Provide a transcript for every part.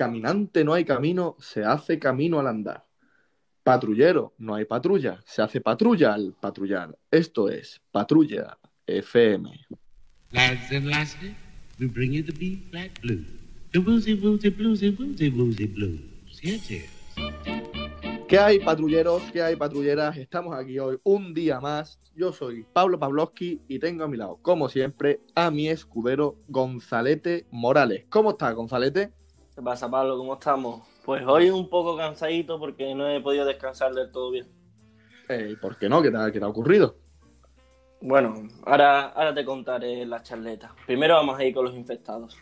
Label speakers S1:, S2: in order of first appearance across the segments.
S1: caminante no hay camino, se hace camino al andar. Patrullero, no hay patrulla, se hace patrulla al patrullar. Esto es Patrulla FM.
S2: Lads and lasses, we bring you the B-flat blue. The woozy, woozy, bluesy, woozy, woozy blues. Yes, yes.
S1: ¿Qué hay patrulleros? ¿Qué hay patrulleras? Estamos aquí hoy un día más. Yo soy Pablo Pavlovsky y tengo a mi lado, como siempre, a mi escudero Gonzalete Morales. ¿Cómo estás, Gonzalete?
S3: ¿Qué pasa, Pablo? ¿Cómo estamos? Pues hoy un poco cansadito porque no he podido descansar del todo bien.
S1: Eh, ¿Por qué no? ¿Qué te, ha- qué te ha ocurrido?
S3: Bueno, ahora, ahora te contaré la charleta. Primero vamos a ir con los infectados.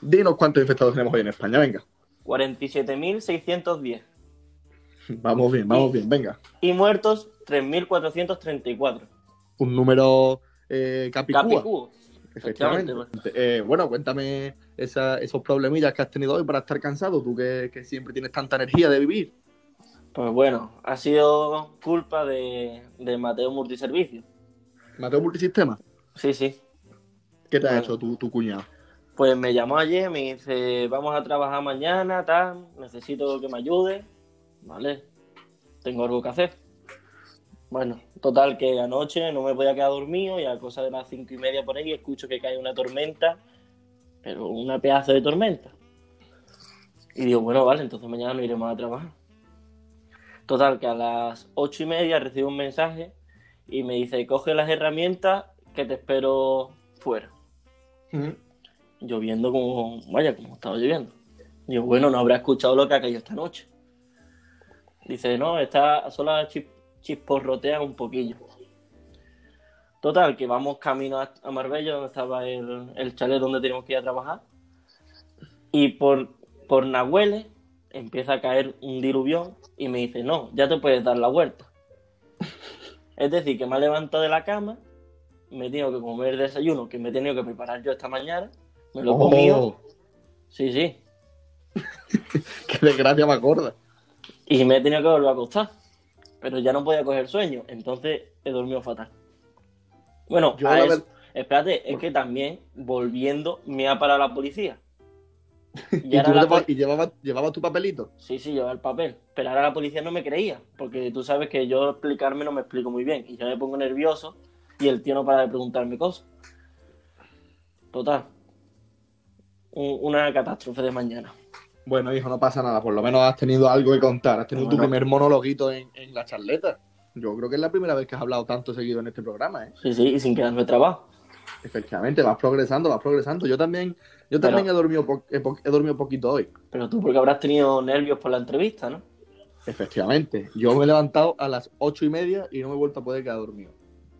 S1: Dinos cuántos infectados tenemos hoy en España, venga.
S3: 47.610.
S1: Vamos bien, vamos bien, venga.
S3: Y muertos, 3.434.
S1: Un número eh, capicúa.
S3: Capicúa.
S1: Efectivamente. Eh, bueno, cuéntame esa- esos problemillas que has tenido hoy para estar cansado, tú que, que siempre tienes tanta energía de vivir.
S3: Pues bueno, ha sido culpa de, de Mateo Multiservicio.
S1: Mateo Multisistema,
S3: Sí, sí.
S1: ¿qué te ha
S3: Bueno.
S1: hecho tu, tu cuñado?
S3: Pues me llamó ayer, me dice, vamos a trabajar mañana, tal, necesito que me ayude. Vale, tengo algo que hacer. Bueno, total que anoche no me podía quedar dormido y a cosa de las cinco y media por ahí escucho que cae una tormenta, pero una pedazo de tormenta. Y digo, bueno, vale, entonces mañana no iremos a trabajar. Total que a las ocho y media recibo un mensaje y me dice, coge las herramientas que te espero fuera lloviendo como, vaya, como estaba lloviendo. Digo, bueno, no habrá escuchado lo que ha caído esta noche. Dice, no, está sola chisporrotea un poquillo. Total, que vamos camino a, a Marbella, donde estaba el, el chalet donde tenemos que ir a trabajar. Y por, por Nahueles empieza a caer un diluvión y me dice, no, ya te puedes dar la vuelta. Es decir, que me ha levantado de la cama, me he tenido que comer desayuno que me he tenido que preparar yo esta mañana, me lo he comido.
S1: Oh,
S3: Sí, sí.
S1: ¡Qué desgracia más gorda!
S3: Y me he tenido que volver a acostar. Pero ya no podía coger sueño, entonces he dormido fatal. Bueno,
S1: Yo,
S3: a
S1: la
S3: eso-
S1: ver-
S3: espérate, es que también volviendo me ha parado la policía.
S1: Y,
S3: Y
S1: tú
S3: ahora
S1: no
S3: la
S1: te pa-
S3: poli-
S1: y llevabas, llevabas tu papelito.
S3: Sí, sí, llevaba el papel. Pero ahora la policía no me creía, porque tú sabes que yo explicarme no me explico muy bien. Y yo me pongo nervioso y el tío no para de preguntarme cosas. Total. Un- una catástrofe de mañana.
S1: Bueno, hijo, no pasa nada. Por lo menos has tenido algo que contar. Has tenido tu
S3: Bueno.
S1: primer monologuito en, en la charleta. Yo creo que es la primera vez que has hablado tanto seguido en este programa, ¿eh?
S3: Sí, sí, y sin quedarme trabajo.
S1: Efectivamente, vas progresando, vas progresando. Yo también, yo
S3: Pero-
S1: también he, dormido po- he po- he dormido poquito hoy.
S3: Pero tú porque habrás tenido nervios por la entrevista, ¿no?
S1: Efectivamente. Yo me he levantado a las ocho y media y no me he vuelto a poder quedar dormido.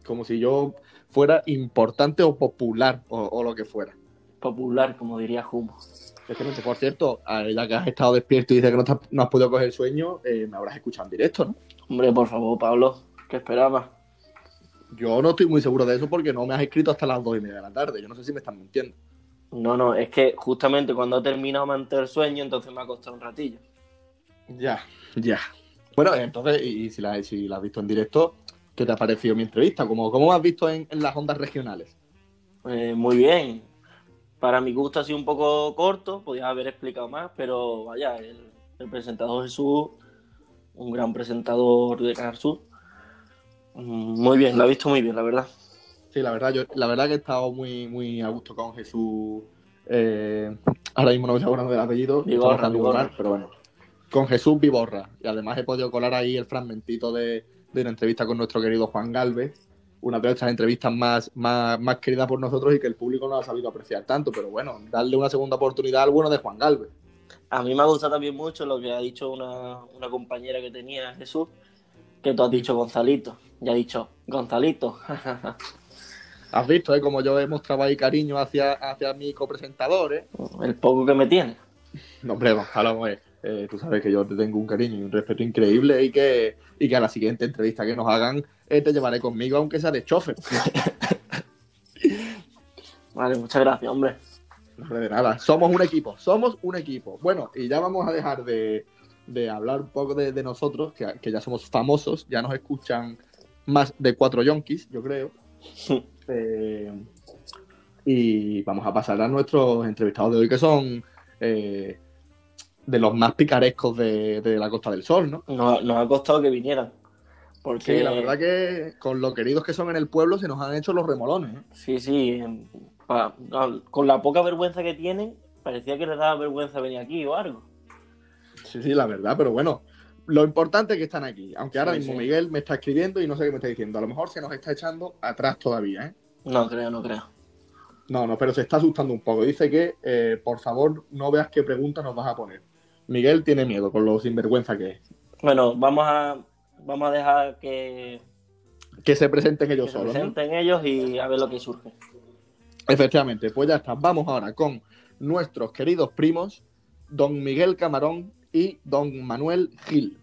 S1: Como si yo fuera importante o popular o, o lo que fuera.
S3: Popular, como diría Humo.
S1: Efectivamente, por cierto, a- ya que has estado despierto y dices que no, te has- no has podido coger sueño, eh, me habrás escuchado en directo, ¿no?
S3: Hombre, por favor, Pablo, ¿qué esperabas?
S1: Yo no estoy muy seguro de eso porque no me has escrito hasta las dos y media de la tarde. Yo no sé si me están mintiendo.
S3: No, no, es que justamente cuando he terminado me ha entrado el sueño, entonces me ha costado un ratillo.
S1: Ya, ya. Bueno, eh, entonces, y, y si la, si la has visto en directo, ¿qué te ha parecido mi entrevista? ¿Cómo, cómo me has visto en, en las ondas regionales?
S3: Eh, muy bien. Para mi gusto ha sido un poco corto, podía haber explicado más, pero vaya, el, el presentador Jesús, un gran presentador de Canal Sur. Mm, Muy bien, lo ha visto muy bien, la verdad.
S1: Sí, la verdad, yo, la verdad que he estado muy, muy a gusto con Jesús. eh, ahora mismo no me acuerdo del apellido,
S3: Vigorra,
S1: estamos hablando de
S3: Vigorra.
S1: Vigorra, pero bueno. Con Jesús Viborra. Y además he podido colar ahí el fragmentito de, de una entrevista con nuestro querido Juan Galvez. Una de nuestras entrevistas más, más, más queridas por nosotros y que el público no ha sabido apreciar tanto. Pero bueno, darle una segunda oportunidad al bueno de Juan Galvez.
S3: A mí me ha gustado también mucho lo que ha dicho una, una compañera que tenía, Jesús, que tú has dicho Gonzalito. Ya ha dicho, Gonzalito.
S1: Has visto, ¿eh? Como yo he mostrado ahí cariño hacia, hacia mi copresentador, ¿eh?
S3: El poco que me tiene.
S1: No, hombre, Gonzalo, hombre, eh, tú sabes que yo te tengo un cariño y un respeto increíble y que, y que a la siguiente entrevista que nos hagan eh, te llevaré conmigo, aunque sea de chofer.
S3: Vale, muchas gracias, hombre.
S1: No, hombre, de nada. Somos un equipo, somos un equipo. Bueno, y ya vamos a dejar de, de hablar un poco de, de nosotros, que, que ya somos famosos, ya nos escuchan más de cuatro yonkis, yo creo. Eh, y vamos a pasar a nuestros entrevistados de hoy, que son eh, de los más picarescos de, de la Costa del Sol, ¿no?
S3: Nos, nos ha costado que vinieran. Porque,
S1: Sí, la verdad que con lo queridos que son en el pueblo se nos han hecho los remolones. ¿eh?
S3: Sí, sí. em, pa- al- con la poca vergüenza que tienen, parecía que les daba vergüenza venir aquí o algo.
S1: Sí, sí, la verdad, pero bueno, lo importante es que están aquí. Aunque ahora
S3: Sí,
S1: mismo
S3: sí.
S1: Miguel me está escribiendo y no sé qué me está diciendo. A lo mejor se nos está echando atrás todavía, ¿eh?
S3: No creo, no creo.
S1: No, no, pero se está asustando un poco. Dice que, eh, por favor, no veas qué pregunta nos vas a poner. Miguel tiene miedo con lo sinvergüenza que es.
S3: Bueno, vamos a, vamos a dejar que,
S1: Que se presenten
S3: que
S1: ellos
S3: se
S1: solos. ¿no?
S3: presenten ellos y a ver lo que surge.
S1: Efectivamente, pues ya está. Vamos ahora con nuestros queridos primos, don Miguel Camarón y don Manuel Gil.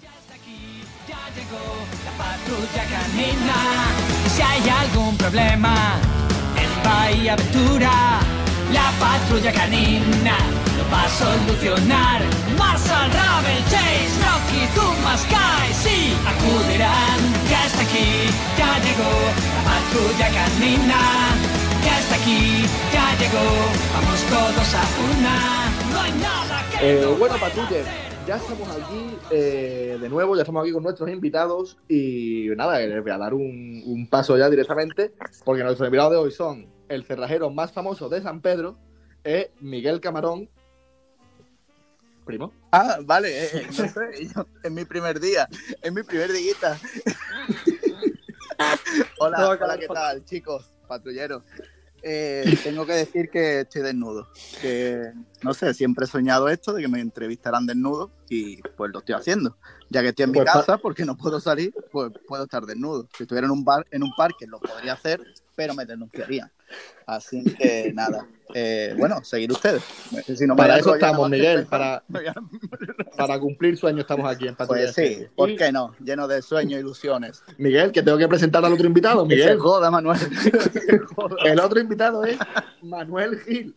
S4: Ya está aquí, ya llegó la patrulla canina. Si hay algún problema en Bahía Aventura, la patrulla canina lo va a solucionar. Marshall, Ravel, Chase, Rocky, Zuma, Sky, sí acudirán. Ya está aquí, ya llegó la patrulla canina. Ya está aquí, ya llegó, vamos todos a una. No hay nada que
S1: Eh,
S4: no
S1: bueno,
S4: pueda
S1: Patruller,
S4: hacer.
S1: ya estamos aquí eh, de nuevo, ya estamos aquí con nuestros invitados y nada, eh, les voy a dar un, un paso ya directamente porque nuestros invitados de hoy son el cerrajero más famoso de San Pedro, eh, Miguel Camarón. Primo.
S5: Ah, vale, eh, eh, no sé, yo- es mi primer día, es mi primer diguita. hola,
S1: No,
S5: hola,
S1: claro,
S5: ¿qué
S1: por-
S5: tal, chicos, patrulleros? Eh, tengo que decir que estoy desnudo, que no sé, siempre he soñado esto de que me entrevistaran desnudo y pues lo estoy haciendo. Ya que estoy en mi
S1: Pues pa-
S5: casa porque no puedo salir, pues puedo estar desnudo. Si estuviera en un bar, en un parque lo podría hacer, pero me denunciarían. Así que nada, eh, bueno, seguir ustedes. Si no me
S1: Para
S5: voy a
S1: eso
S5: enrollar
S1: estamos,
S5: nada más que
S1: Miguel,
S5: empezar,
S1: para-
S5: me voy a-
S1: Para cumplir sueños estamos aquí en Patruller.
S5: pues sí, ¿por qué no? Lleno de sueños, ilusiones.
S1: Miguel, que tengo que presentar al otro invitado,
S5: Que se
S1: Miguel.
S5: joda, Manuel.
S1: El otro invitado es Manuel Gil.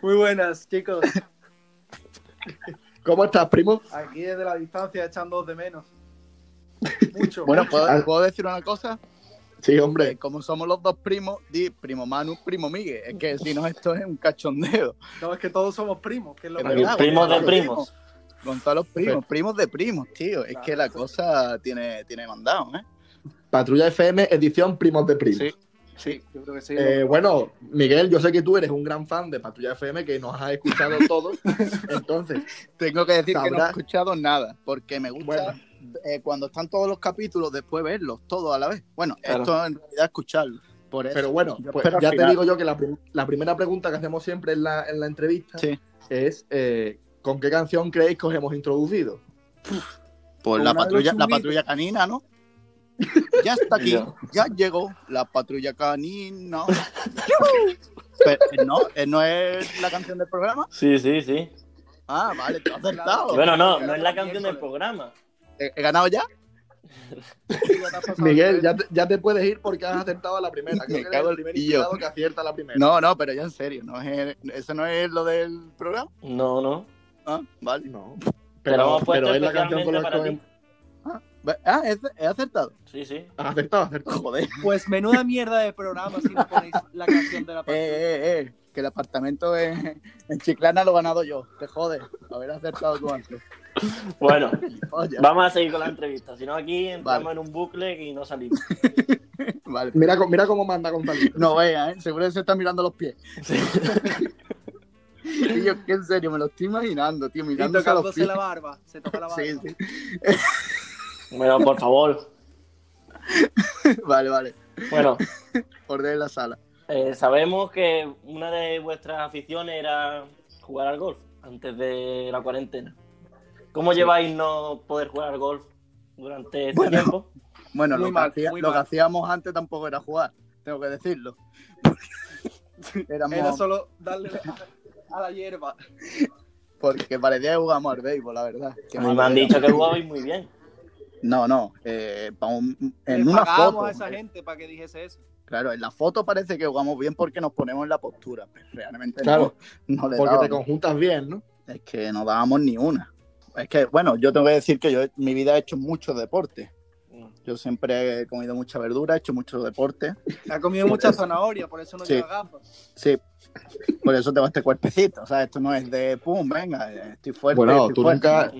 S6: Muy buenas, chicos.
S1: ¿Cómo estás, primo?
S6: Aquí desde la distancia echan dos de menos. Mucho.
S5: bueno,
S1: Ah.
S5: ¿puedo, puedo decir una cosa?
S1: Sí,
S5: Eh,
S1: hombre.
S5: como somos los dos primos, di primo Manu, primo Miguel. Es que si no, esto es un cachondeo.
S6: no, es que todos somos primos. Que es lo
S5: Es
S6: que-
S5: verdad,
S3: primos de
S5: Gonzalo,
S3: primos.
S5: Gonzalo, primos, primos de primos, tío. Es que la cosa tiene, tiene mandado, ¿eh?
S1: Patrulla FM, edición Primos de Primos.
S5: Sí, sí.
S6: Yo creo que sí.
S1: Eh, bueno, Miguel, yo sé que tú eres un gran fan de Patrulla FM, que nos has escuchado todos. Entonces,
S5: Tengo que decir que no he
S1: Sabrá.
S5: escuchado nada, porque me gusta
S1: Bueno.
S5: eh, cuando están todos los capítulos, después verlos todos a la vez. Bueno,
S3: Claro.
S5: esto en realidad escucharlo. Por eso.
S1: pero bueno,
S5: Yo
S1: pues
S5: espero al
S1: ya te
S5: final.
S1: digo yo que la, prim- la primera pregunta que hacemos siempre en la, en la entrevista
S5: Sí.
S1: es eh, ¿con qué canción creéis que os hemos introducido?
S5: Por
S6: Con
S5: la
S6: una de
S5: patrulla,
S6: los
S5: la
S6: chunguitos.
S5: patrulla canina, ¿no? Ya está aquí,
S3: Ya.
S5: ya llegó la patrulla canina. Pero, eh, no, eh, no es la canción del programa.
S3: Sí, sí, sí.
S5: Ah, vale, te has acertado.
S3: Bueno, no, no es la canción del programa.
S5: ¿He he ganado ya?
S1: Miguel, ya te, ya te puedes ir porque has acertado a la primera. Creo
S5: Me
S1: que eres
S5: cago
S1: el
S5: en
S1: primer
S5: Dios.
S1: invitado que acierta la primera.
S5: No, no, pero ya en serio, no es, eso no es lo del programa.
S3: No, no.
S5: Ah, vale.
S1: No.
S3: Te la
S1: Pero,
S3: hemos puesto
S1: pero es la canción con
S3: especialmente
S1: la
S3: para
S1: que em-
S3: ti.
S5: Ah, es- he acertado.
S3: Sí, sí.
S1: has Ah, acertado, has acertado.
S5: Joder.
S6: Pues menuda mierda de programa si no ponéis la canción de la
S5: Eh,
S6: patrulla.
S5: eh, eh, que el apartamento en, en Chiclana lo he ganado yo. Te jodes, haber acertado tú antes.
S3: Bueno,
S5: Oye,
S3: vamos a seguir con la entrevista. Si no, aquí entramos en un bucle y no salimos.
S5: vale.
S1: Mira, co- mira cómo manda Gonzalo.
S5: No vea, ¿eh? seguro que se está mirando los pies. Y yo, que en serio, me lo estoy imaginando, tío,
S6: Y
S5: mirándose a los
S6: tocándose
S5: pies.
S6: la barba. Se toca la barba.
S5: Sí, sí.
S3: Bueno, por favor.
S5: Vale, vale.
S3: Bueno,
S5: Orden la sala.
S3: Eh, sabemos que una de vuestras aficiones era jugar al golf antes de la cuarentena. ¿Cómo lleváis no poder jugar al golf durante este
S5: Bueno.
S3: tiempo?
S5: Bueno,
S6: Muy
S5: lo,
S6: mal,
S5: que hacía-
S6: muy
S5: lo que
S6: mal.
S5: hacíamos antes tampoco era jugar, tengo que decirlo. Éramos,
S6: Era solo darle a la hierba.
S5: Porque parecía que jugábamos al béisbol, la verdad. Qué
S3: A mí
S5: malo
S3: me han
S5: era.
S3: dicho que jugabais muy bien.
S5: No, no, eh, pa' un- en
S6: Le
S5: una
S6: pagábamos
S5: foto. eh.
S6: a esa gente para que dijese eso.
S5: Claro, en la foto parece que jugamos bien porque nos ponemos en la postura, pero realmente
S1: Claro,
S5: no, no le
S1: porque te
S5: dábamos.
S1: conjuntas bien, ¿no?
S5: Es que no
S6: Mm.
S5: dábamos ni una. Es que, bueno, yo tengo que decir que yo en mi vida he hecho muchos deportes.
S3: Yo
S5: Yo siempre he comido mucha verdura, he hecho mucho deporte.
S6: Ha comido mucha zanahoria, por eso no
S5: Sí.
S6: lleva gafas.
S5: Sí, por eso te va este cuerpecito. O sea, esto no es de pum, venga, eh, estoy fuerte.
S1: Bueno,
S5: estoy
S1: tú
S5: fuerte.
S1: nunca-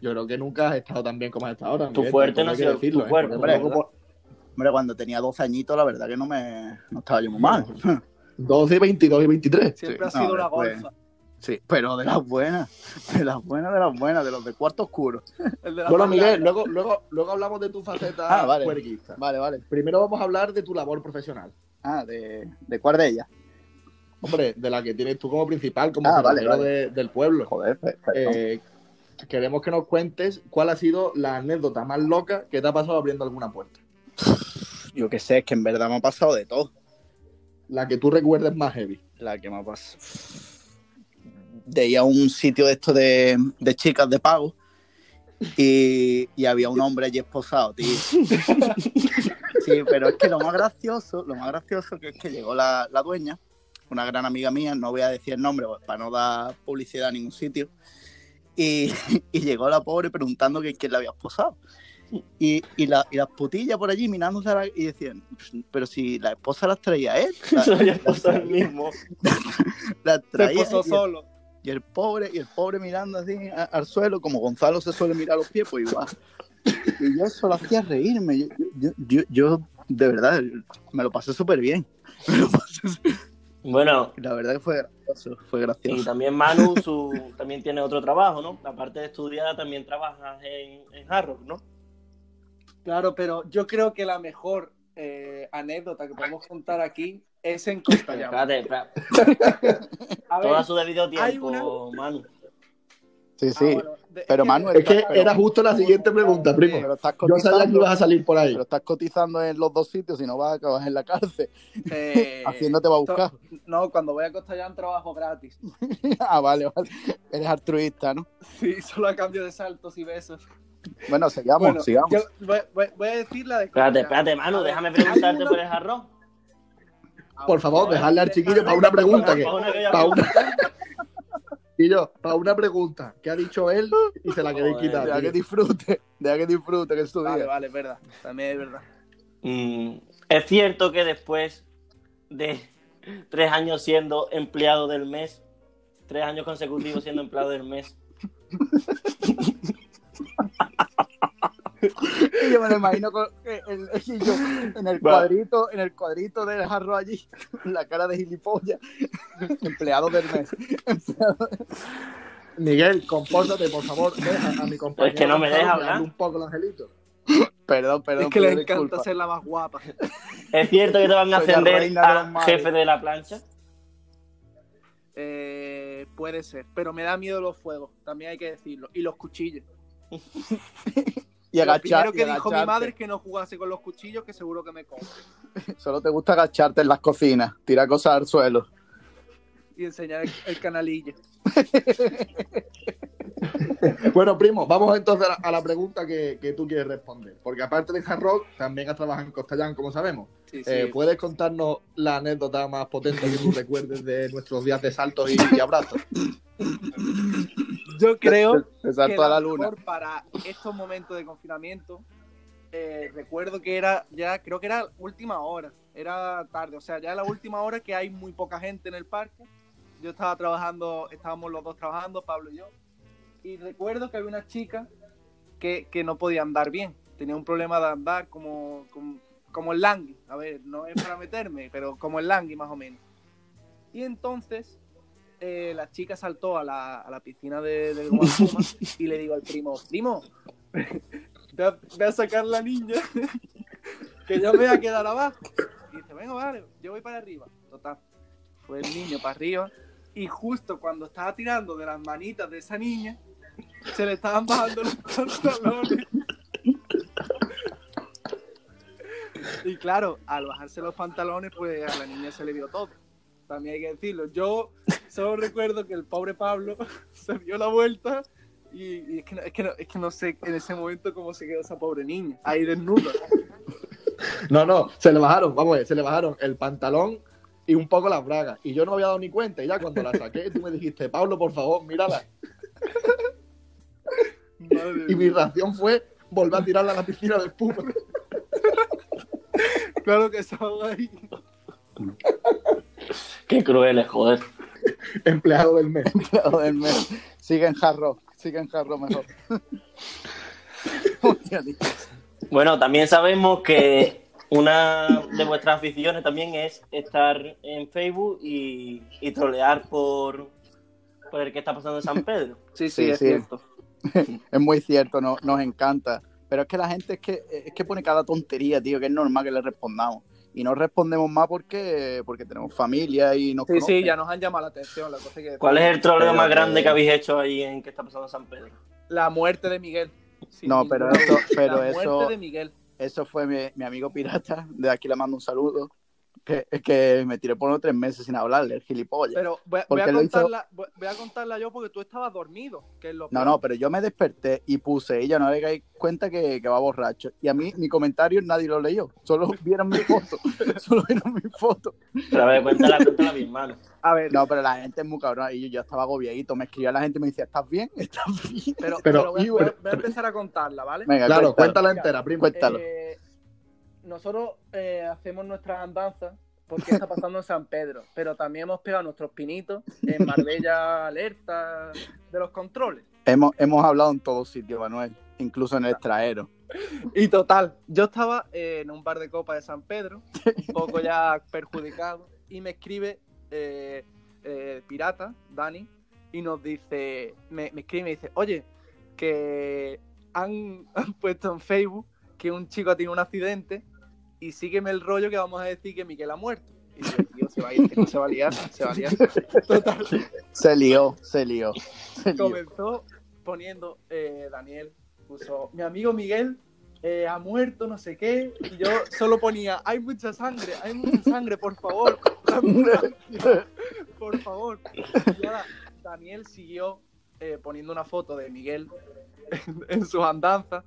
S1: Yo creo que nunca has estado tan bien como has estado ahora.
S3: Tu
S1: Miguel,
S3: fuerte
S1: tampoco
S3: no
S1: hay
S3: ha
S1: que
S3: sido
S1: decirlo,
S3: tu
S1: ¿eh?
S3: cuerpo,
S1: Porque,
S3: ¿no?
S1: hombre,
S5: Hombre, cuando tenía 12 añitos, la verdad que no me no estaba yo muy mal.
S1: 12, 22 y 23.
S6: Siempre
S5: Sí.
S6: ha sido
S5: No, pues.
S6: una
S5: después-
S6: golfa.
S5: Sí, pero de las buenas, de las buenas, de las buenas, de los de cuarto oscuro.
S6: El de la
S1: Bueno,
S6: falda.
S1: Miguel, luego, luego, luego hablamos de tu faceta
S5: Ah, vale.
S1: puerquista.
S5: Vale, vale.
S1: Primero vamos a hablar de tu labor profesional.
S5: Ah, ¿de, de cuál de ellas?
S1: Hombre, de la que tienes tú como principal, como
S5: Ah, vale,
S1: cerrajero
S5: vale.
S1: de- del pueblo.
S5: Joder, pe- perdón.
S1: Eh, queremos que nos cuentes cuál ha sido la anécdota más loca que te ha pasado abriendo alguna puerta.
S5: yo qué sé, es que en verdad me ha pasado de todo.
S1: La que tú recuerdes más heavy.
S5: La que me ha pasado. De ir a un sitio de esto de, de chicas de pago y, y había un hombre allí esposado, tío. Sí, pero es que lo más gracioso, lo más gracioso que es que llegó la, la dueña, una gran amiga mía, no voy a decir el nombre pues, para no dar publicidad a ningún sitio, y, y llegó la pobre preguntando que quién la había esposado. Y, y, la- y las putillas por allí mirándose a la- y decían, pero si la esposa las traía él, la-
S3: Se lo había pasado el mismo.
S5: la
S6: Se
S5: traía y,
S6: posó
S5: el,
S6: solo.
S5: y el pobre y el pobre mirando así a- al suelo como Gonzalo se suele mirar los pies pues igual y yo eso lo hacía reírme yo, yo- yo- yo, de verdad me lo pasé súper bien Me lo pasé súper-
S3: Bueno,
S5: la verdad que fue gracioso fue
S3: y
S5: gracioso
S3: también Manu su, también tiene otro trabajo, ¿no? Aparte de estudiar, también trabajas en, en Hard Rock, ¿no?
S6: Claro, pero yo creo que la mejor eh, anécdota que podemos contar aquí es en Costa
S3: Pero
S6: Llama.
S3: espérate, espérate.
S6: A ver,
S3: Todo a su debido
S6: hay
S3: tiempo, Manu.
S5: sí
S6: ah,
S5: sí
S6: bueno, de-
S5: pero Manu
S1: Es que
S5: estás- Pues pero,
S1: era justo la siguiente pregunta, primo.
S5: pero estás
S1: Yo sabía que
S5: cotizando
S1: ibas a salir por ahí.
S5: pero estás cotizando en los dos sitios y no vas a acabar en la cárcel
S6: eh,
S5: haciéndote va a
S6: to-
S5: buscar
S6: No, cuando voy a Costa Llama trabajo gratis.
S5: ah vale vale eres altruista no
S6: Sí, solo a cambio de saltos y besos.
S5: bueno sigamos
S6: Bueno,
S5: sigamos
S6: yo voy, voy- voy a decir la de
S3: Espérate,
S6: Costa
S3: espérate, Manu,
S6: A ver,
S3: déjame
S6: hay
S3: preguntarte
S6: una-
S3: por el Hard Rock.
S6: Llama.
S1: Por favor, dejadle al chiquillo para una pregunta. Que, para una... Y yo, para una pregunta. ¿Qué ha dicho él? Y se la queréis
S3: Joder,
S1: quitar.
S5: Deja que
S1: tío.
S5: disfrute, deja que disfrute, que es tu
S6: Vale,
S5: día.
S6: vale, es verdad. También es verdad.
S3: Mm, es cierto que después de tres años siendo empleado del mes, tres años consecutivos siendo empleado del mes,
S5: Y yo me lo imagino con eh, el, y yo, en el cuadrito, en el cuadrito del jarro allí, con la cara de gilipollas, empleado del mes.
S1: Miguel, compórtate, por favor. Deja a mi compañero.
S3: Es que no me deja
S1: hablarle
S3: hablar.
S1: un poco el angelito.
S5: Perdón, perdón.
S6: es que le
S5: pido
S6: encanta
S5: disculpas.
S6: ser la más guapa.
S3: es cierto que te van a
S5: Soy la
S3: ascender
S5: reina de los
S3: a
S5: mares.
S3: jefe de la plancha.
S6: Eh, puede ser, pero me da miedo los fuegos, también hay que decirlo. Y los cuchillos.
S5: Y
S6: Lo
S5: agachar,
S6: primero
S5: y
S6: que dijo mi
S5: agacharte.
S6: madre es que no jugase con los cuchillos, que seguro que me come.
S5: Solo te gusta agacharte en las cocinas, tirar cosas al suelo.
S6: Y enseñar el, el canalillo.
S1: Bueno, primo, vamos entonces a la, a la pregunta que, que tú quieres responder. Porque aparte de Hard Rock, también has trabajado en Costellán, como sabemos.
S6: Sí, sí.
S1: Eh,
S5: pues,
S1: ¿Puedes contarnos la anécdota más potente que tú recuerdes de nuestros días de saltos y, y abrazos?
S6: Yo creo
S5: Te
S6: que
S5: salto a la
S6: lo
S5: luna.
S6: mejor para estos momentos de confinamiento, eh, recuerdo que era ya, creo que era última hora, era tarde, o sea, ya la última hora que hay muy poca gente en el parque. Yo estaba trabajando, estábamos los dos trabajando, Pablo y yo, y recuerdo que había una chica que, que no podía andar bien, tenía un problema de andar como, como, como el langui, a ver, no es para meterme, pero como el langui más o menos. Y entonces eh, la chica saltó a la, a la piscina de, del Guadalajara y le digo al primo, primo, ve a, ve a sacar la niña, que yo me voy a quedar abajo. Y dice, venga, vale, yo voy para arriba. Total, fue el niño para arriba y justo cuando estaba tirando de las manitas de esa niña, se le estaban bajando los pantalones. Y claro, al bajarse los pantalones, pues a la niña se le vio todo. También hay que decirlo. Yo solo recuerdo que el pobre Pablo se dio la vuelta y, y es, que no, es, que no, es que no sé en ese momento cómo se quedó esa pobre niña, ahí desnuda.
S1: No, no, se le bajaron, vamos a ver, se le bajaron el pantalón y un poco las bragas. Y yo no me había dado ni cuenta. Y ya cuando la saqué, tú me dijiste, Pablo, por favor, mírala.
S6: Madre
S1: Y mi
S6: mía.
S1: reacción fue volver a tirarla a la piscina de espuma.
S6: Claro que estaba ahí.
S3: Qué cruel es, joder.
S1: Empleado del mes.
S5: Joder, me- Sigue en jarro, sigue en jarro mejor. Hostia, tío.
S3: Bueno, también sabemos que una de vuestras aficiones también es estar en Facebook y, y trolear por, por el que está pasando en San Pedro.
S6: Sí, sí,
S5: Sí,
S6: es
S5: sí.
S6: cierto.
S5: es muy cierto, no- nos encanta. Pero es que la gente es que, es que pone cada tontería, tío, que es normal que le respondamos. Y no respondemos más porque, porque tenemos familia y nos
S6: Sí, sí,
S5: conocen.
S6: ya nos han llamado la atención. La, cosa que...
S3: ¿Cuál es el troleo
S5: Pero
S3: más
S5: que-
S3: grande que habéis hecho ahí en que está pasando en San Pedro?
S6: la muerte de Miguel. Sin
S5: No, pero
S6: ninguna
S5: eso-
S6: duda.
S5: pero
S6: la muerte
S5: eso-
S6: de Miguel.
S5: Eso fue mi, mi amigo pirata, de aquí le mando un saludo, que, que me tiré por unos tres meses sin hablarle, el gilipollas.
S6: Pero voy, voy
S5: Porque
S6: a
S5: lo hizo-
S6: contarla, voy, voy a contarla yo porque tú estabas dormido. Que es lo
S5: No,
S6: peor.
S5: no, pero yo me desperté y puse, ella no le caí cuenta que, que va borracho. Y a mí, mi comentario nadie lo leyó, solo vieron mi foto, solo vieron mi foto.
S3: Pero a ver, cuéntala, cuéntala a mi hermano.
S6: A ver,
S5: No, pero la gente es muy cabrona y yo ya estaba agobiadito, me escribía la gente y me decía, ¿estás bien? ¿Estás bien?
S6: pero,
S1: pero-
S6: pero voy, a- voy a-
S1: pero-
S6: voy a empezar a contarla, ¿vale?
S5: Venga,
S1: Claro,
S5: cuéntalo,
S1: cuéntala entera, primo.
S5: cuéntalo.
S6: Eh, nosotros eh, hacemos nuestras andanzas porque está pasando en San Pedro, pero también hemos pegado nuestros pinitos en Marbella Alerta de los controles.
S5: Hemos, hemos hablado en todos sitios, Manuel, incluso en el extranjero.
S6: Y total, yo estaba eh, en un bar de copa de San Pedro, un poco ya perjudicado, y me escribe eh, eh, Pirata, Dani, y nos dice, me, me escribe y me dice, oye, que han, han puesto en Facebook que un chico ha tenido un accidente y sígueme el rollo que vamos a decir que Miquel ha muerto. Y yo, tío, se va a ir, este no se va a liar, se va a liar. Total,
S5: Se lió, se lió. se lió.
S6: comenzó poniendo eh, Daniel, puso mi amigo Miguel eh, ha muerto, no sé qué, y yo solo ponía hay mucha sangre, hay mucha sangre, por favor, ambulancia, por favor. Y ahora Daniel siguió eh, poniendo una foto de Miguel en, en sus andanzas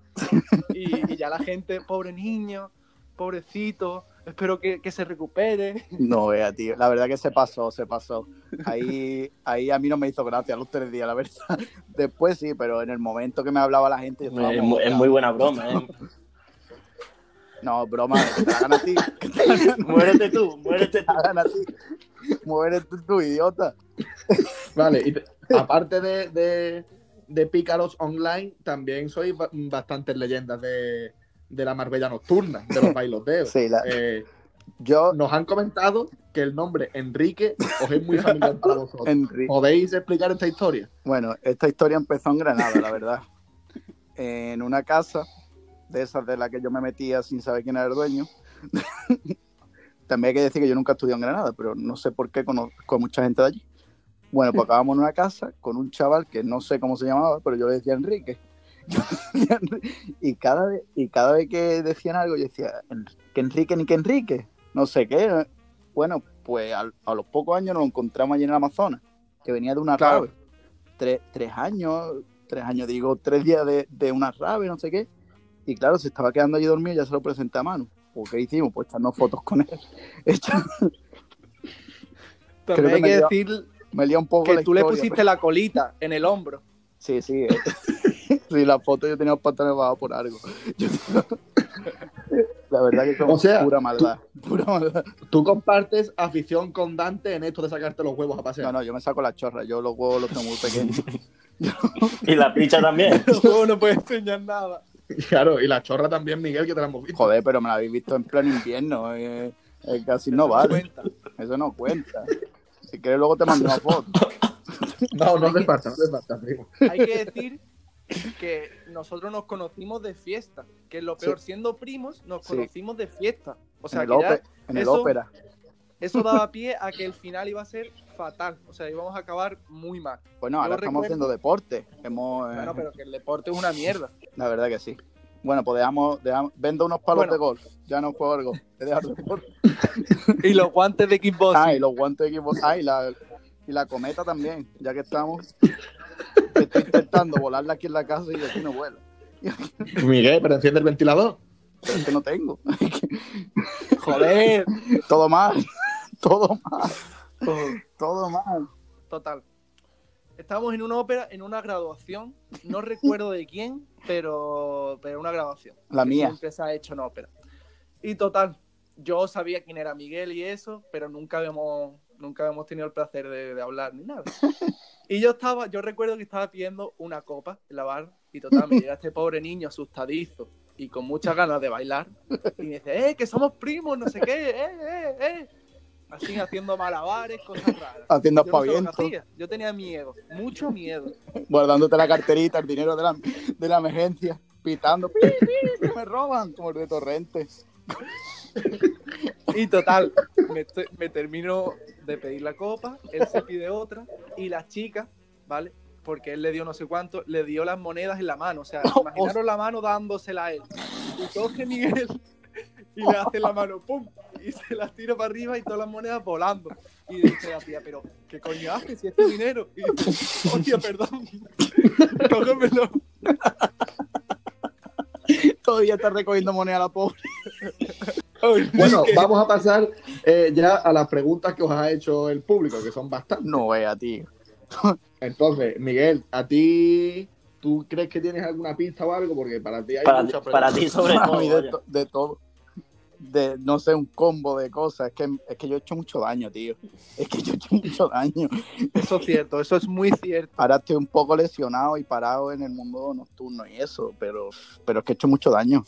S6: y, y ya la gente, pobre niño, pobrecito, espero que, que se recupere.
S5: No, vea, tío. La verdad que se pasó, se pasó. Ahí, ahí a mí no me hizo gracia los tres días, la verdad. Después sí, pero en el momento que me hablaba la gente, yo estaba "Ah,
S3: Es, mu- es muy buena broma, ¿eh?
S5: No, broma, que te hagan a ti. Que te
S3: Muérete tú, muérete tú.
S5: hagan a ti. Muérete tú, idiota.
S1: Vale, y te- aparte de, de, de pícaros online, también sois ba- bastantes leyendas de, de la Marbella Nocturna, de los bailoteos.
S5: Sí, la-
S1: Eh,
S5: Yo,
S1: nos han comentado que el nombre Enrique os es muy familiar para vosotros.
S5: Enrique.
S1: ¿Podéis explicar esta historia?
S5: Bueno, esta historia empezó en Granada, la verdad. En una casa de esas de la que yo me metía sin saber quién era el dueño. También hay que decir que yo nunca estudié en Granada, pero no sé por qué conozco a mucha gente de allí. Bueno, pues acabamos en una casa con un chaval que no sé cómo se llamaba, pero yo le decía Enrique. Yo le decía Enri- y, cada vez, y cada vez que decían algo, yo decía, "En- que Enrique ni que Enrique, no sé qué. Bueno, pues al- a, los pocos años nos encontramos allí en el Amazonas, que venía de una
S6: Claro.
S5: rave. Tres, tres años, tres años, digo, tres días de, de una rave, no sé qué. Y claro, se estaba quedando allí dormido, ya se lo presenté a Manu. ¿O qué hicimos? Pues echarnos fotos con él. Echa-
S6: También
S5: que
S6: hay
S5: me
S6: que
S5: dio-
S6: decir
S5: me lió un poco
S6: que
S5: la
S6: tú le
S5: historia, pues.
S6: pusiste la colita en el hombro.
S5: Sí, sí. eh. sí, la foto yo tenía los pantalones bajados por algo. Yo tenía- la verdad que como
S1: O sea,
S5: pura maldad. Pura maldad.
S1: Tú compartes afición con Dante en esto de sacarte los huevos a pasear.
S5: No, no, yo me saco la chorra. Yo los huevos los tengo muy pequeños.
S3: Y la picha también.
S6: El juego no puede enseñar nada.
S1: Claro, y la chorra también, Miguel, que te la hemos visto.
S5: Joder, pero me la habéis visto en pleno invierno. eh, eh, casi no vale.
S6: Cuenta.
S5: Eso no cuenta. Si quieres luego te mando una foto.
S1: No, no hace falta, no hace falta, primo.
S6: Hay que decir que nosotros nos conocimos de fiesta, que es lo peor, siendo primos, nos
S5: Sí.
S6: conocimos de fiesta. O sea,
S5: en el,
S6: que ya
S5: ópe- en el
S6: eso-
S5: ópera.
S6: eso daba pie a que el final iba a ser fatal. O sea, íbamos a acabar muy mal.
S5: Bueno, ahora
S6: yo
S5: estamos
S6: recuerdo-
S5: haciendo deporte. Hemos, eh,
S6: Bueno, pero que el deporte es una mierda.
S5: La verdad que sí. Bueno, pues dejamos, dejamos- vendo unos palos
S6: Bueno.
S5: de golf. Ya no juego al golf. He dejado el golf.
S6: Y los guantes de Xbox.
S5: Ah, y los guantes de equipo. Ah, y la, y la cometa también, ya que estamos. Estoy intentando volarla aquí en la casa y aquí no vuela.
S1: Miguel, pero enciende el ventilador.
S5: Pero es que no tengo.
S6: Joder.
S5: Todo mal. Todo mal. Todo mal.
S6: Oh, Total. Estábamos en una ópera, en una graduación. No recuerdo de quién, pero, pero una graduación.
S5: La
S6: que
S5: mía.
S6: Siempre se ha hecho en ópera. Y total, yo sabía quién era Miguel y eso, pero nunca habíamos, nunca habíamos tenido el placer de, de hablar ni nada. Y yo estaba, yo recuerdo que estaba pidiendo una copa en la barra y total, me llega este pobre niño asustadizo y con muchas ganas de bailar y me dice, eh, que somos primos, no sé qué, eh, eh, eh. Así haciendo malabares, cosas raras.
S5: haciendo
S6: Yo, no sé lo que
S5: espavientos,
S6: hacía, yo tenía miedo, mucho miedo.
S5: guardándote la carterita, el dinero de la, de la emergencia, pitando, "Pi, pi, que me roban, como el de Torrente.
S6: Y total, me, te- me termino de pedir la copa, él se pide otra, y la chica, ¿vale? Porque él le dio no sé cuánto, le dio las monedas en la mano. O sea, imaginaros la mano dándosela a él. Y coge Miguel y le hace la mano, ¡pum! Y se las tira para arriba y todas las monedas volando. Y dice la tía, pero ¿qué coño haces si es tu dinero? Y dice, hostia, perdón, cógemelo.
S5: Todavía está recogiendo moneda la pobre.
S1: Bueno, vamos a pasar eh, ya a las preguntas que os ha hecho el público, que son bastantes.
S5: No vea, tío.
S1: Entonces, Miguel, ¿a ti tú crees que tienes alguna pista o algo? Porque para ti hay
S3: Para,
S1: muchas
S3: para
S1: preguntas.
S3: ti sobre
S5: A
S3: todo.
S5: mí de,
S3: vaya.
S5: to- de todo. De, no sé, un combo de cosas. Es que, es que yo he hecho mucho daño, tío. Es que yo he hecho mucho daño.
S6: Eso es cierto, eso es muy cierto.
S5: Ahora estoy un poco lesionado y parado en el mundo nocturno y eso, pero, pero es que he hecho mucho daño.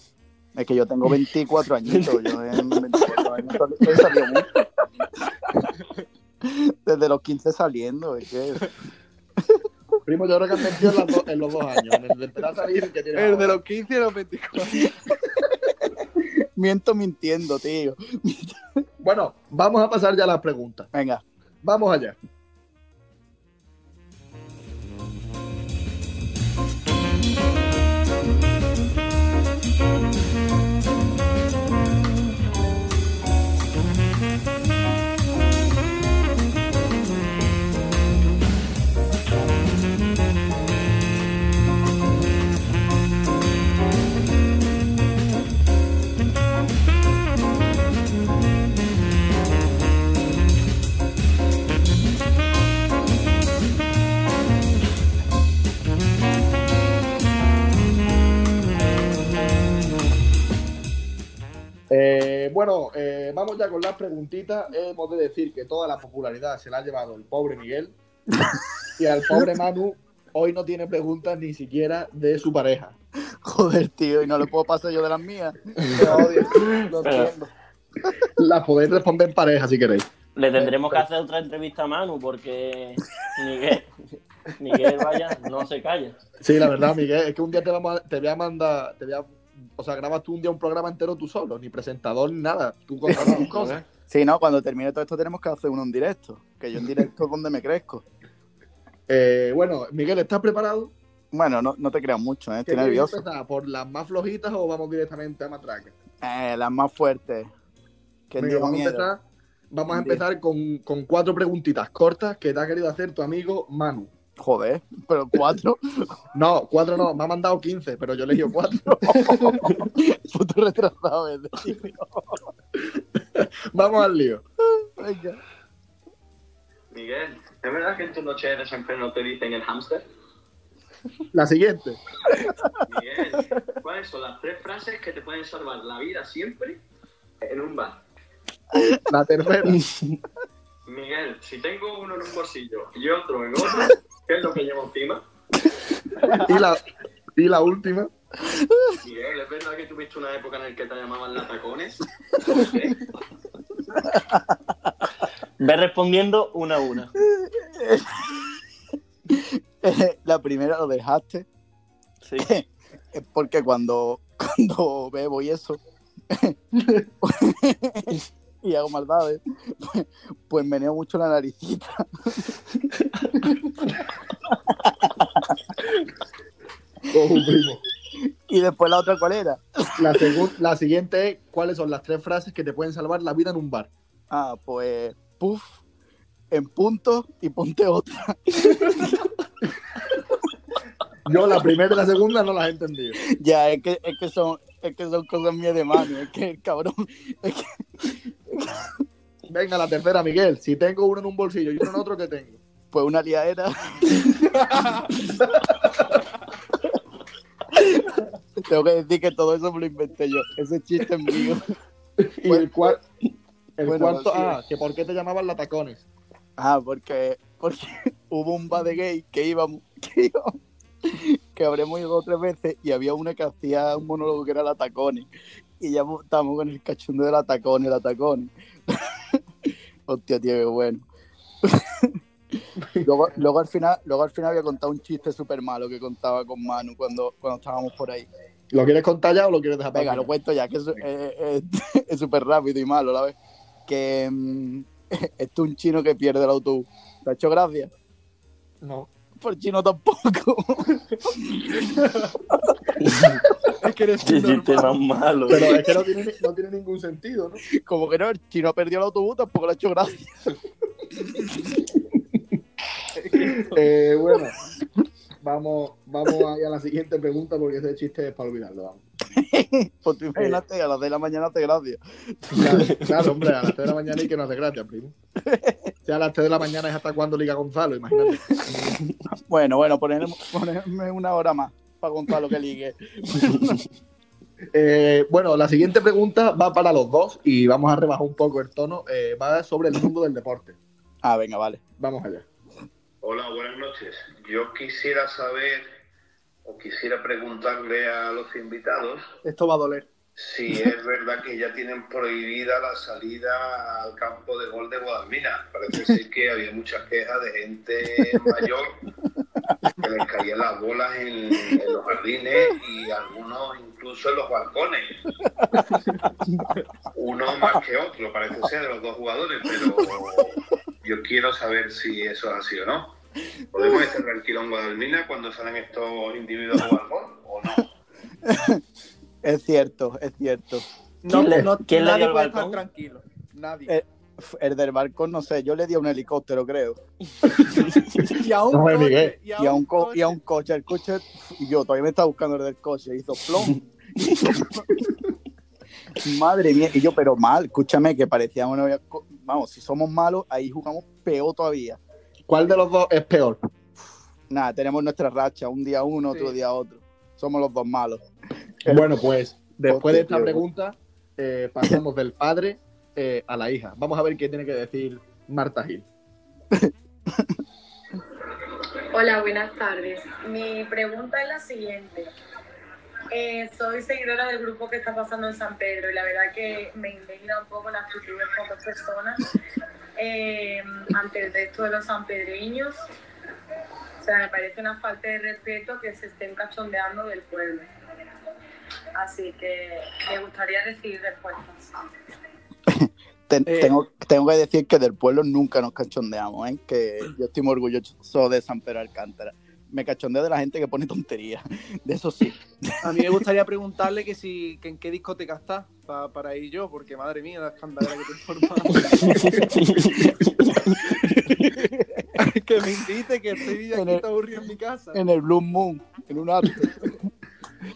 S5: Es que yo tengo 24 añitos. Yo en 24 años sal- he salido mucho. Desde los 15 saliendo. Es que
S1: Primo, yo creo que has mentido en, las do- en los dos años, en el de empezar a salir y el que tienes
S6: El de
S1: ahora.
S6: los 15 a los 24.
S5: miento mintiendo, tío.
S1: Bueno, vamos a pasar ya a las preguntas.
S5: Venga,
S1: Vamos allá. Eh, bueno, eh, vamos ya con las preguntitas. Hemos de decir que toda la popularidad se la ha llevado el pobre Miguel y al pobre Manu hoy no tiene preguntas ni siquiera de su pareja.
S5: joder, tío, y no le puedo pasar yo de las mías. Te odio, lo
S3: Pero-
S5: entiendo.
S1: Las podéis responder en pareja si queréis.
S3: Le tendremos que hacer otra entrevista a Manu porque Miguel, Miguel vaya, no se calla.
S1: Sí, la verdad, Miguel, es que un día te, vamos a- te voy a mandar, te voy a, o sea, grabas tú un día un programa entero tú solo, ni presentador ni nada, tú contando tus cosas.
S5: Sí, no, cuando termine todo esto tenemos que hacer uno en directo, que yo en directo es donde me crezco.
S1: Eh, bueno, Miguel, ¿estás preparado?
S5: Bueno, no, no te creas mucho, ¿eh? estoy
S1: ¿Queréis
S5: nervioso.
S1: empezar ¿Por las más flojitas o vamos directamente a matraca?
S5: Eh, las más fuertes. Que
S1: Venga,
S5: dijo
S1: vamos, a
S5: miedo.
S1: empezar, vamos a
S5: ¿Quién dijo?
S1: empezar con, con cuatro preguntitas cortas que te ha querido hacer tu amigo Manu.
S5: Joder, pero cuatro.
S1: No, cuatro no, me ha mandado 15, pero yo le digo cuatro.
S5: Puto retrasado, ¿eh? tío?
S1: vamos al lío.
S5: Venga.
S7: Miguel, ¿es verdad que en tu noche de desenfreno te dicen el hámster?
S1: La siguiente.
S7: Miguel, ¿cuáles son las tres frases que te pueden salvar la vida siempre en un bar?
S1: La tercera.
S7: Miguel, si tengo uno en un bolsillo y otro en otro, ¿qué es lo que llevo encima?
S1: Y la, y la última.
S7: Miguel, ¿es verdad que tuviste una época en la ¿Eh? que te llamaban latacones?
S3: Ve respondiendo una a una.
S5: Eh, la primera lo dejaste.
S3: Sí.
S5: Es porque cuando, cuando bebo y eso. y hago maldades. Pues, pues meneo mucho la naricita.
S1: Cojo un primo.
S5: Y después la otra, ¿cuál era?
S1: La, segun- la siguiente es, ¿cuáles son las tres frases que te pueden salvar la vida en un bar?
S5: Ah, pues puff, en punto y ponte otra.
S1: Yo la primera y la segunda no las he entendido.
S5: Ya, es que, es que son, es que son cosas mías de mano, es que cabrón. es que-
S1: Venga, la tercera, Miguel. Si tengo uno en un bolsillo y uno en otro, ¿qué tengo?
S5: pues una liadera. Tengo que decir que todo eso me lo inventé yo. Ese chiste es mío.
S1: Y el, cua- el
S5: bueno,
S1: cuarto,
S5: sí.
S1: ah, que por qué te llamaban la tacones.
S5: Ah, porque, porque hubo un bar de gay que íbamos, que íbamos- que habremos ido tres veces y había una que hacía un monólogo que era la tacones. Y ya mo- estábamos con el cachondo de la tacones, la tacones. Hostia, tío, qué bueno. luego, luego al final, luego al final había contado un chiste súper malo que contaba con Manu cuando, cuando estábamos por ahí.
S1: ¿Lo quieres contar ya o lo quieres dejar para
S5: Venga,
S1: el
S5: lo
S1: final?
S5: cuento ya, que es eh, eh, es súper rápido y malo, la vez. Que mm, esto es un chino que pierde el autobús. ¿Te ha hecho gracia?
S1: No.
S5: Por chino tampoco.
S1: Es que eres
S3: Qué
S1: un
S3: chiste
S1: normal.
S3: más malo.
S1: Pero es que no tiene, ni- no tiene ningún sentido, ¿no?
S5: Como que no, el chino ha perdido el autobús, tampoco le ha hecho gracia.
S1: Eh, bueno, vamos, vamos ahí a la siguiente pregunta porque ese chiste es para olvidarlo. vamos.
S5: Pues tú imagínate, a las 6 de la mañana te gracia.
S1: Claro, claro, hombre, a las 3 de la mañana y que nos desgracia, primo. O sea, a las 3 de la mañana es hasta cuando liga Gonzalo, imagínate.
S5: Bueno, bueno, ponerme, ponerme una hora más para contar lo que ligue.
S1: Eh, bueno, la siguiente pregunta va para los dos y vamos a rebajar un poco el tono. eh, va sobre el mundo del deporte.
S5: Ah, venga, vale.
S1: Vamos allá.
S8: Hola, buenas noches. Yo quisiera saber o quisiera preguntarle a los invitados
S6: Esto va a doler.
S8: si es verdad que ya tienen prohibida la salida al campo de gol de Guadalmina. Parece ser que había muchas quejas de gente mayor que les caían las bolas en, en los jardines y algunos incluso en los balcones. Uno más que otro, parece ser, de los dos jugadores, pero yo quiero saber si eso es así o no. ¿Podemos estar tranquilos en Guadalmina cuando salen estos individuos a jugar gol o no?
S5: Es cierto, es cierto.
S6: No,
S3: ¿Quién le-
S6: no,
S3: quién le
S6: nadie
S3: dio el
S6: puede
S3: balcón?
S6: estar tranquilo. Nadie.
S5: Eh. El del balcón, no sé, yo le di a un helicóptero, creo.
S6: y a un
S1: No,
S6: coche,
S1: Miguel.
S6: y a
S5: Y a un, co-
S6: coche.
S5: y a un coche, el coche, y yo todavía me estaba buscando el del coche, hizo plom. Madre mía, y yo, pero mal, escúchame, que parecíamos, una- vamos, si somos malos, ahí jugamos peor todavía.
S1: ¿Cuál de los dos es peor?
S5: Nada, tenemos nuestra racha, un día uno,
S6: Sí.
S5: otro día otro. Somos los dos malos.
S1: Bueno, pues después de esta
S5: Hostia.
S1: pregunta eh, pasamos del padre eh, a la hija. Vamos a ver qué tiene que decir Marta Gil.
S9: Hola, buenas tardes. Mi pregunta es la siguiente. Eh, soy seguidora del grupo que está pasando en San Pedro y la verdad que me indigna un poco la actitud de pocas personas eh, ante el resto de los sanpedreños. O sea, me parece una falta de respeto que se estén cachondeando del pueblo. Así que me gustaría recibir respuestas.
S5: Ten-
S6: Eh.
S5: tengo, tengo que decir que del pueblo nunca nos cachondeamos, ¿eh? que yo estoy muy orgulloso de San Pedro de Alcántara. Me cachondeo de la gente que pone tonterías, de eso sí.
S6: A mí me gustaría preguntarle que si que en qué discoteca está pa- para ir yo, porque madre mía, la escandalera que te formas. que me invite, que estoy
S5: En
S6: aquí
S5: el-
S6: está aburrido en mi casa.
S5: En el Blue Moon, en un arte.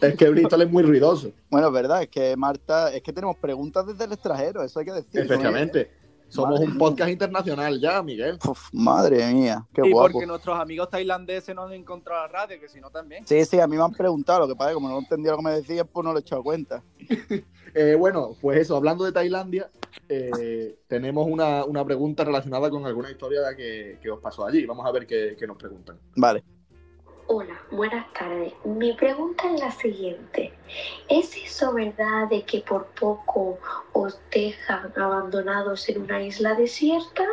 S1: Es que Bristol es muy ruidoso.
S5: Bueno, es verdad, es que Marta, es que tenemos preguntas desde el extranjero, eso hay que ¿eh? decir.
S1: Efectivamente. Somos un podcast internacional ya, Miguel.
S5: Uf, madre mía, qué
S6: y
S5: guapo.
S6: porque nuestros amigos tailandeses no han encontrado la radio, que si no también.
S5: Sí, sí, a mí me han preguntado, lo que pasa es que como no entendía lo que me decían, pues no lo he echado cuenta.
S1: Eh, bueno, pues eso, hablando de Tailandia, eh, tenemos una, una pregunta relacionada con alguna historia de que, que os pasó allí. Vamos a ver qué, qué nos preguntan.
S5: Vale.
S10: Hola, buenas tardes. Mi pregunta es la siguiente. ¿Es eso verdad de que por poco os dejan abandonados en una isla desierta?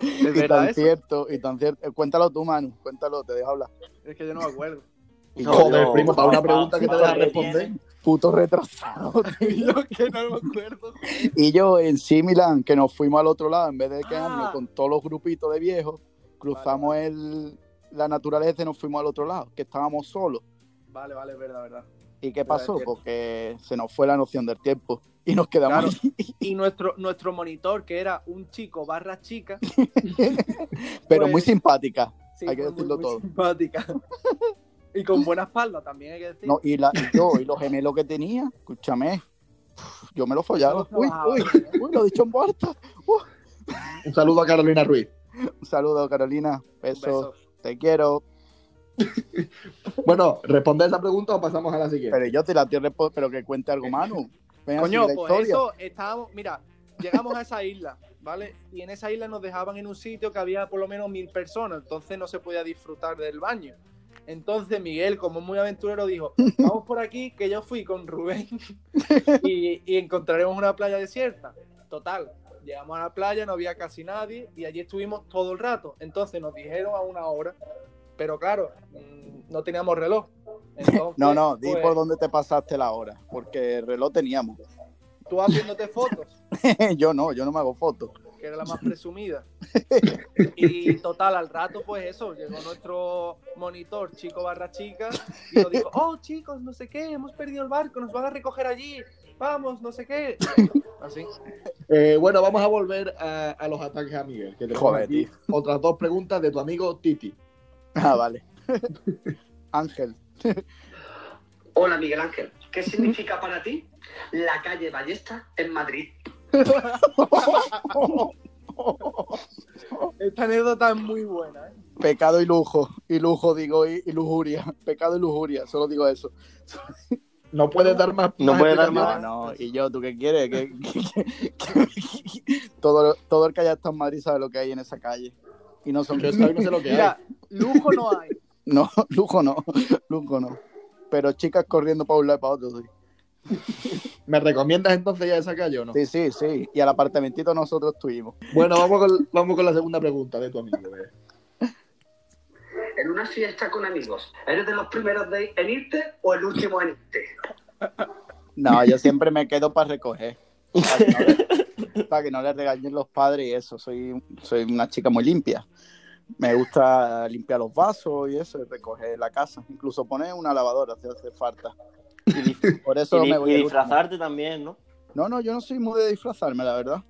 S6: Es
S5: y
S6: verdad
S5: tan
S6: eso.
S5: cierto, y tan cierto. Eh, Cuéntalo tú, Manu, cuéntalo, te dejo hablar.
S6: Es que yo no me acuerdo.
S5: Y yo,
S1: Joder, primo,
S6: Ah,
S1: para una pregunta que te deja
S3: deja
S1: responder.
S5: puto retrasado.
S6: yo que no me acuerdo.
S5: y yo en sí, Milán, que nos fuimos al otro lado, en vez de quedarnos
S6: Ah.
S5: con todos los grupitos de viejos, cruzamos el, la naturaleza y nos fuimos al otro lado, que estábamos solos.
S6: Vale, vale, es verdad, verdad.
S5: ¿Y qué
S6: Pero
S5: pasó?
S6: es que-
S5: Porque se nos fue la noción del tiempo y nos quedamos
S6: Claro.
S5: allí.
S6: Y nuestro, nuestro monitor, que era un chico barra chica,
S5: Pero
S6: Pues-
S5: muy simpática.
S6: sí,
S5: Hay que
S6: fue
S5: decirlo todo.
S6: simpática. y con buena espalda también hay que decir.
S5: No, y, la, y yo, y los gemelos que tenía, escúchame, yo me lo follaba.
S6: No,
S5: Uy,
S6: no.
S5: uy, uy, lo he dicho en voz alta.
S1: Un saludo a Carolina Ruiz.
S5: Un saludo, Carolina.
S6: Un beso.
S5: Besos. Te quiero.
S1: Bueno, responde esa pregunta o pasamos a la siguiente.
S5: Pero yo te la tierra, pero que cuente algo, Manu. Ven
S6: Coño,
S5: así la
S6: pues
S5: historia.
S6: eso estábamos, mira, llegamos a esa isla, ¿vale? Y en esa isla nos dejaban en un sitio que había por lo menos mil personas, entonces no se podía disfrutar del baño. Entonces Miguel, como muy aventurero, dijo, vamos por aquí, que yo fui con Rubén y, y encontraremos una playa desierta. Total, llegamos a la playa, no había casi nadie y allí estuvimos todo el rato. Entonces nos dijeron a una hora, pero claro, mm, no teníamos reloj. Entonces,
S5: No, no, di
S6: pues,
S5: por dónde te pasaste la hora, porque el reloj teníamos.
S6: tú haciéndote fotos.
S5: yo no, yo no me hago fotos.
S6: que era la más presumida. Y total, al rato, pues eso, llegó nuestro monitor, chico barra chica, y nos dijo, oh chicos, no sé qué, hemos perdido el barco, nos van a recoger allí, vamos, no sé qué. Así.
S1: Eh, bueno, vamos a volver a, a los ataques a Miguel. Que te pongo
S5: Joder,
S1: aquí Otras dos preguntas de tu amigo Titi.
S5: Ah, vale. Ángel,
S7: Hola Miguel Ángel, ¿qué significa para ti la calle Ballesta en Madrid?
S6: Esta anécdota es muy buena, ¿eh?
S5: pecado y lujo, y lujo digo, y, y lujuria, pecado y lujuria, solo digo eso.
S1: No puedes dar más.
S3: No puedes dar más.
S5: No, no, y yo, ¿tú qué quieres? ¿Qué- qué- qué- qué- todo, todo el que haya estado en Madrid sabe lo que hay en esa calle. Y no son
S1: Yo soy- no sé lo que hay.
S6: Mira, lujo no hay.
S5: No, lujo no, lujo no. Pero chicas corriendo para un lado y para otro. Sí,
S1: ¿Me recomiendas entonces ya esa calle o no?
S5: sí, sí. sí. Y al apartamentito nosotros estuvimos.
S1: Bueno, vamos con, vamos con la segunda pregunta de tu amigo. eh.
S7: En una fiesta con amigos, ¿eres de los primeros de- en irte o el último en irte?
S5: No, yo siempre me quedo para recoger. Para que no le, para que no le regañen los padres y eso. Soy, soy una chica muy limpia. Me gusta limpiar los vasos y eso, y recoger la casa. Incluso poner una lavadora si hace falta. Por eso
S3: Y,
S5: me
S3: di-
S5: voy
S3: y
S5: al último.
S3: disfrazarte también, ¿no?
S5: No, no, yo no soy muy de disfrazarme, la verdad.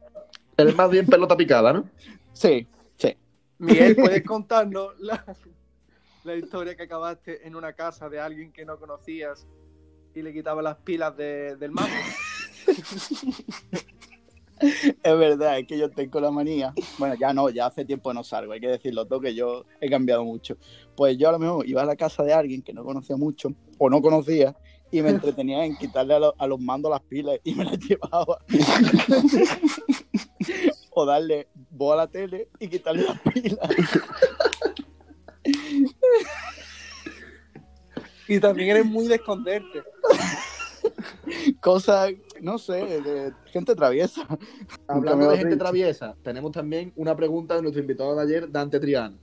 S1: Eres más bien pelota picada, ¿no?
S5: Sí,
S6: Miguel, ¿puedes contarnos la, la historia que acabaste en una casa de alguien que no conocías y le quitaba las pilas de- del mapa?
S5: es verdad, es que yo tengo la manía. Bueno, ya no, ya hace tiempo no salgo, hay que decirlo todo, que yo he cambiado mucho. Pues yo a lo mejor iba a la casa de alguien que no conocía mucho, o no conocía, y me entretenía en quitarle a, lo- a los mandos las pilas y me las llevaba. o darle voz a la tele y quitarle las pilas.
S6: Y también eres muy de esconderte.
S5: Cosas, no sé, de gente traviesa.
S1: Hablando
S5: me
S1: de
S5: lo
S1: gente
S5: he dicho.
S1: traviesa, tenemos también una pregunta de nuestro invitado de ayer, Dante Trián.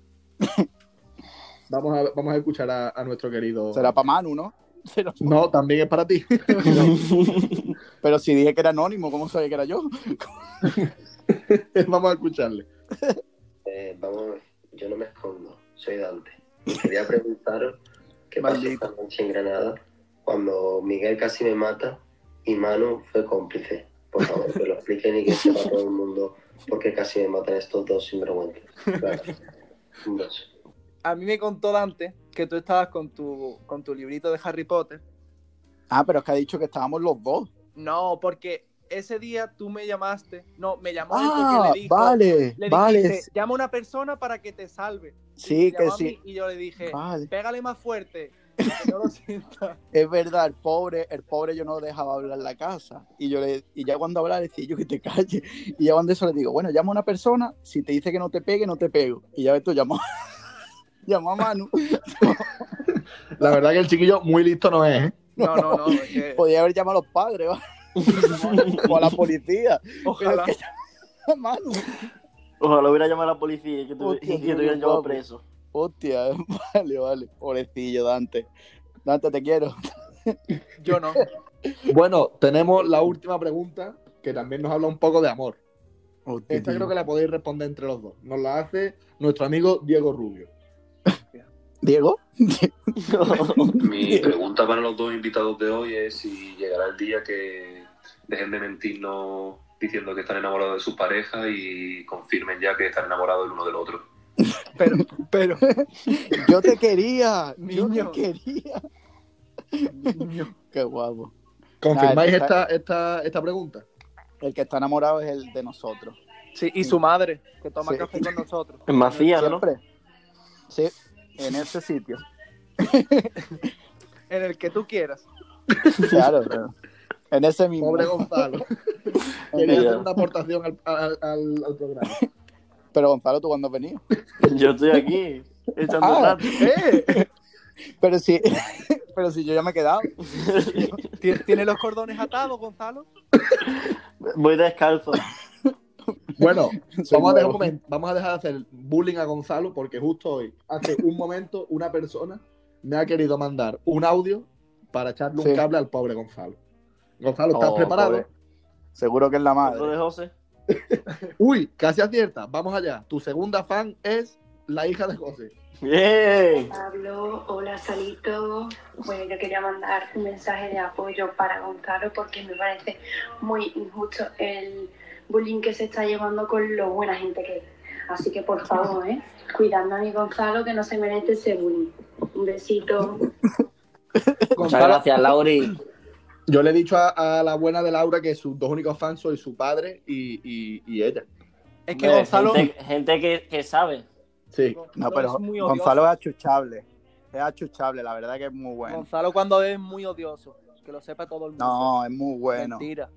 S1: Vamos a, vamos a escuchar a, a nuestro querido.
S5: Será para Manu, ¿no? Será-
S1: No, también es para ti.
S5: Pero si dije que era anónimo, ¿cómo sabía que era yo?
S1: vamos a escucharle.
S8: Eh, vamos, yo no me escondo, soy Dante. Quería preguntaros qué pasó
S5: Maldito.
S8: esta noche en Granada cuando Miguel casi me mata y Manu fue cómplice. Por favor, que lo expliquen y que sepa todo el mundo por qué casi me matan estos dos sinvergüenzas. Gracias. Un beso.
S6: a mí me contó Dante que tú estabas con tu, con tu librito de Harry Potter.
S5: Ah, pero es que ha dicho que estábamos los dos.
S6: No, porque ese día tú me llamaste. No, me llamó él porque
S5: Ah,
S6: pues, le dijo.
S5: vale,
S6: Le dijiste,
S5: vale.
S6: llama a una persona para que te salve.
S5: Sí,
S6: Me
S5: que
S6: llamó a
S5: sí.
S6: mí Y yo le
S1: eh,
S6: dije,
S5: Vale.
S6: pégale más fuerte. que no lo sienta.
S5: Es verdad, el pobre, el pobre yo no lo dejaba hablar en la casa. Y yo le, y ya cuando hablaba le decía yo que te calle. Y ya cuando eso le digo, bueno, llama a una persona, si te dice que no te pegue, no te pego. Y ya ves tú, llama, llama a Manu.
S1: La verdad que el chiquillo muy listo no es, ¿eh?
S6: No, no, no. es que-
S5: Podía haber llamado a los padres ¿va? o a la policía.
S6: ojalá.
S5: A Manu.
S3: Ojalá hubiera llamado a la policía y que, tu, y
S5: Hostia,
S3: que te
S5: qué
S3: hubieran llevado
S5: guapo.
S3: preso.
S5: Hostia, vale, vale. Pobrecillo, Dante. Dante, te quiero.
S6: Yo no.
S1: Bueno, tenemos la última pregunta que también nos habla un poco de amor. Esta creo que la podéis responder entre los dos. Nos la hace nuestro amigo Diego Rubio.
S5: ¿Diego?
S8: Mi pregunta para los dos invitados de hoy es si llegará el día que dejen de mentirnos diciendo que están enamorados de su pareja y confirmen ya que están enamorados el uno del otro.
S6: Pero, pero,
S5: Yo te quería, yo te
S6: Niño.
S5: quería. Qué guapo.
S1: ¿Confirmáis
S5: Nah, está-
S1: Ah, esta, esta, esta pregunta?
S5: El que está enamorado es el de nosotros.
S6: sí, y su madre, que toma
S5: Sí.
S6: café con nosotros.
S3: En Macías, ¿no?
S5: Siempre. Sí, en ese sitio.
S6: En el que tú quieras.
S5: Claro, pero en ese mismo.
S1: Pobre Gonzalo. Quería hacer una aportación al, al- al- al programa.
S5: Pero Gonzalo, ¿tú cuándo has venido?
S3: Yo estoy aquí, echando
S5: Ah,
S3: rato.
S5: Pero si, pero si yo ya me he quedado.
S6: ¿Tie- ¿Tiene los cordones atados, Gonzalo?
S3: Voy descalzo.
S1: Bueno,
S5: Soy
S1: vamos a, dejar
S5: nuevo.
S1: un momento- vamos a dejar de hacer bullying a Gonzalo porque justo hoy, hace un momento, una persona me ha querido mandar un audio para echarle
S5: Sí.
S1: un cable al pobre Gonzalo. Gonzalo, ¿estás
S5: Oh,
S1: preparado?
S5: pobre. Seguro que es la
S3: Lo
S5: madre.
S3: de José.
S1: Uy, casi acierta. Vamos allá. Tu segunda fan es la hija de José.
S3: Bien.
S10: Pablo, hola Salito. Bueno, yo quería mandar un mensaje de apoyo para Gonzalo porque me parece muy injusto el bullying que se está llevando con lo buena gente que es. Así que por favor, ¿eh? cuidando a mi Gonzalo que no se merece ese bullying. Un besito.
S3: Muchas gracias, Lauri.
S1: Yo le he dicho a, a la buena de Laura que sus dos únicos fans son su padre y, y- y ella.
S6: Es que
S3: Hombre,
S6: Gonzalo,
S3: Gente, gente que, que sabe.
S1: Sí.
S5: No, pero
S6: es muy odioso.
S5: Gonzalo es achuchable. Es achuchable, la verdad que es muy bueno.
S6: Gonzalo cuando es muy odioso. Que lo sepa todo el mundo.
S5: No, es muy bueno.
S6: Mentira.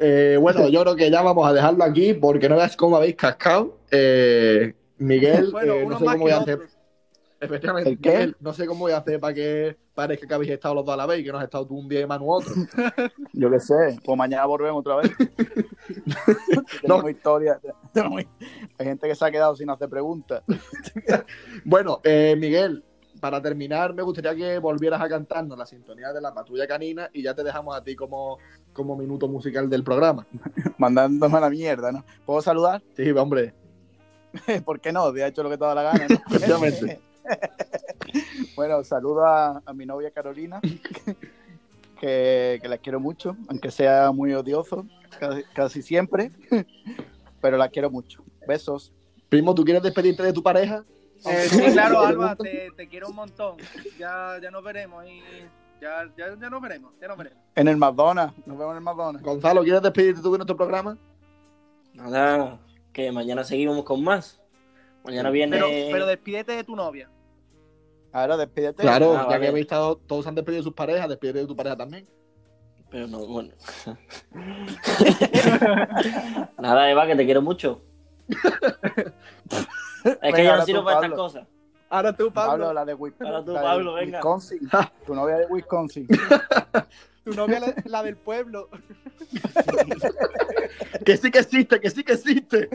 S1: Eh, bueno, yo creo que ya vamos a dejarlo aquí porque no veas cómo habéis cascado. Eh, Miguel,
S6: Bueno,
S1: eh, no
S6: uno
S1: sé
S6: más
S1: cómo voy
S6: que
S1: a
S6: otro.
S1: hacer. Efectivamente,
S5: ¿El qué?
S1: Miguel, no sé cómo voy a hacer para que parezca que habéis estado los dos a la vez y que no has estado tú un día y Manu otro.
S5: Yo qué sé. Pues mañana volvemos otra vez. Tenemos historia. tenemos- Hay gente que se ha quedado sin hacer preguntas.
S1: Bueno, eh, Miguel, para terminar, me gustaría que volvieras a cantarnos la sintonía de la patrulla canina y ya te dejamos a ti como, como minuto musical del programa.
S5: Mandándome a la mierda, ¿no? ¿Puedo saludar?
S1: Sí, hombre.
S5: ¿Por qué no? Te ha hecho lo que te ha dado la gana. ¿no?
S1: Efectivamente.
S5: bueno, saludo a, a mi novia Carolina, que, que la quiero mucho, aunque sea muy odioso casi, casi siempre, pero la quiero mucho. Besos.
S1: Primo, ¿tú quieres despedirte de tu pareja?
S6: Eh, sí, claro, Alba, te, te quiero un montón. Ya, ya nos veremos y ya, ya, ya nos veremos, ya nos veremos.
S5: En el McDonald's. Nos vemos en el McDonald's.
S1: Gonzalo, ¿quieres despedirte tú de nuestro programa?
S5: Ah,
S3: Nada, que mañana seguimos con más. Mañana viene.
S6: Pero, pero despídete de tu novia.
S5: Ahora despídete.
S1: Claro,
S3: Ah,
S1: ya
S3: vale.
S1: que habéis estado, todos se han despedido de sus parejas, despídete de tu pareja también.
S3: Pero no, bueno. Nada, Eva, que te quiero mucho. es que
S5: Venga,
S3: yo
S5: ahora
S3: no
S5: tú,
S3: sirvo para estas
S5: Pablo.
S3: cosas.
S6: Ahora tú, Pablo,
S5: Pablo, la de, Wi-
S3: Ahora tú,
S5: la de
S3: Pablo, venga.
S5: Wisconsin. Tu novia de Wisconsin.
S6: tu novia la, la del pueblo.
S1: Que sí que existe, que sí que existe.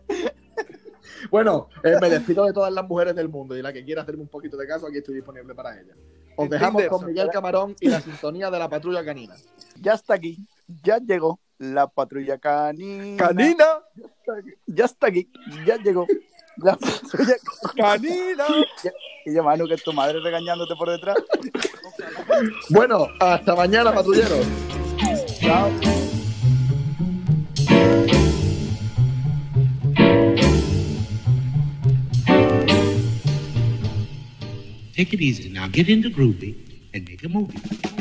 S1: bueno, eh, me despido de todas las mujeres del mundo y la que quiera hacerme un poquito de caso, aquí estoy disponible para ella. Os dejamos
S6: Tinder,
S1: con Miguel Camarón y la sintonía de la patrulla canina.
S5: Ya está aquí. Ya llegó la patrulla canina.
S6: Canina,
S5: Ya está aquí. Ya llegó la patrulla
S6: canina.
S5: Y yo, Manu, que tu madre regañándote por detrás.
S1: Bueno, hasta mañana, patrulleros.
S5: Chao.
S2: Take it easy now. Get into groovy and make a movie.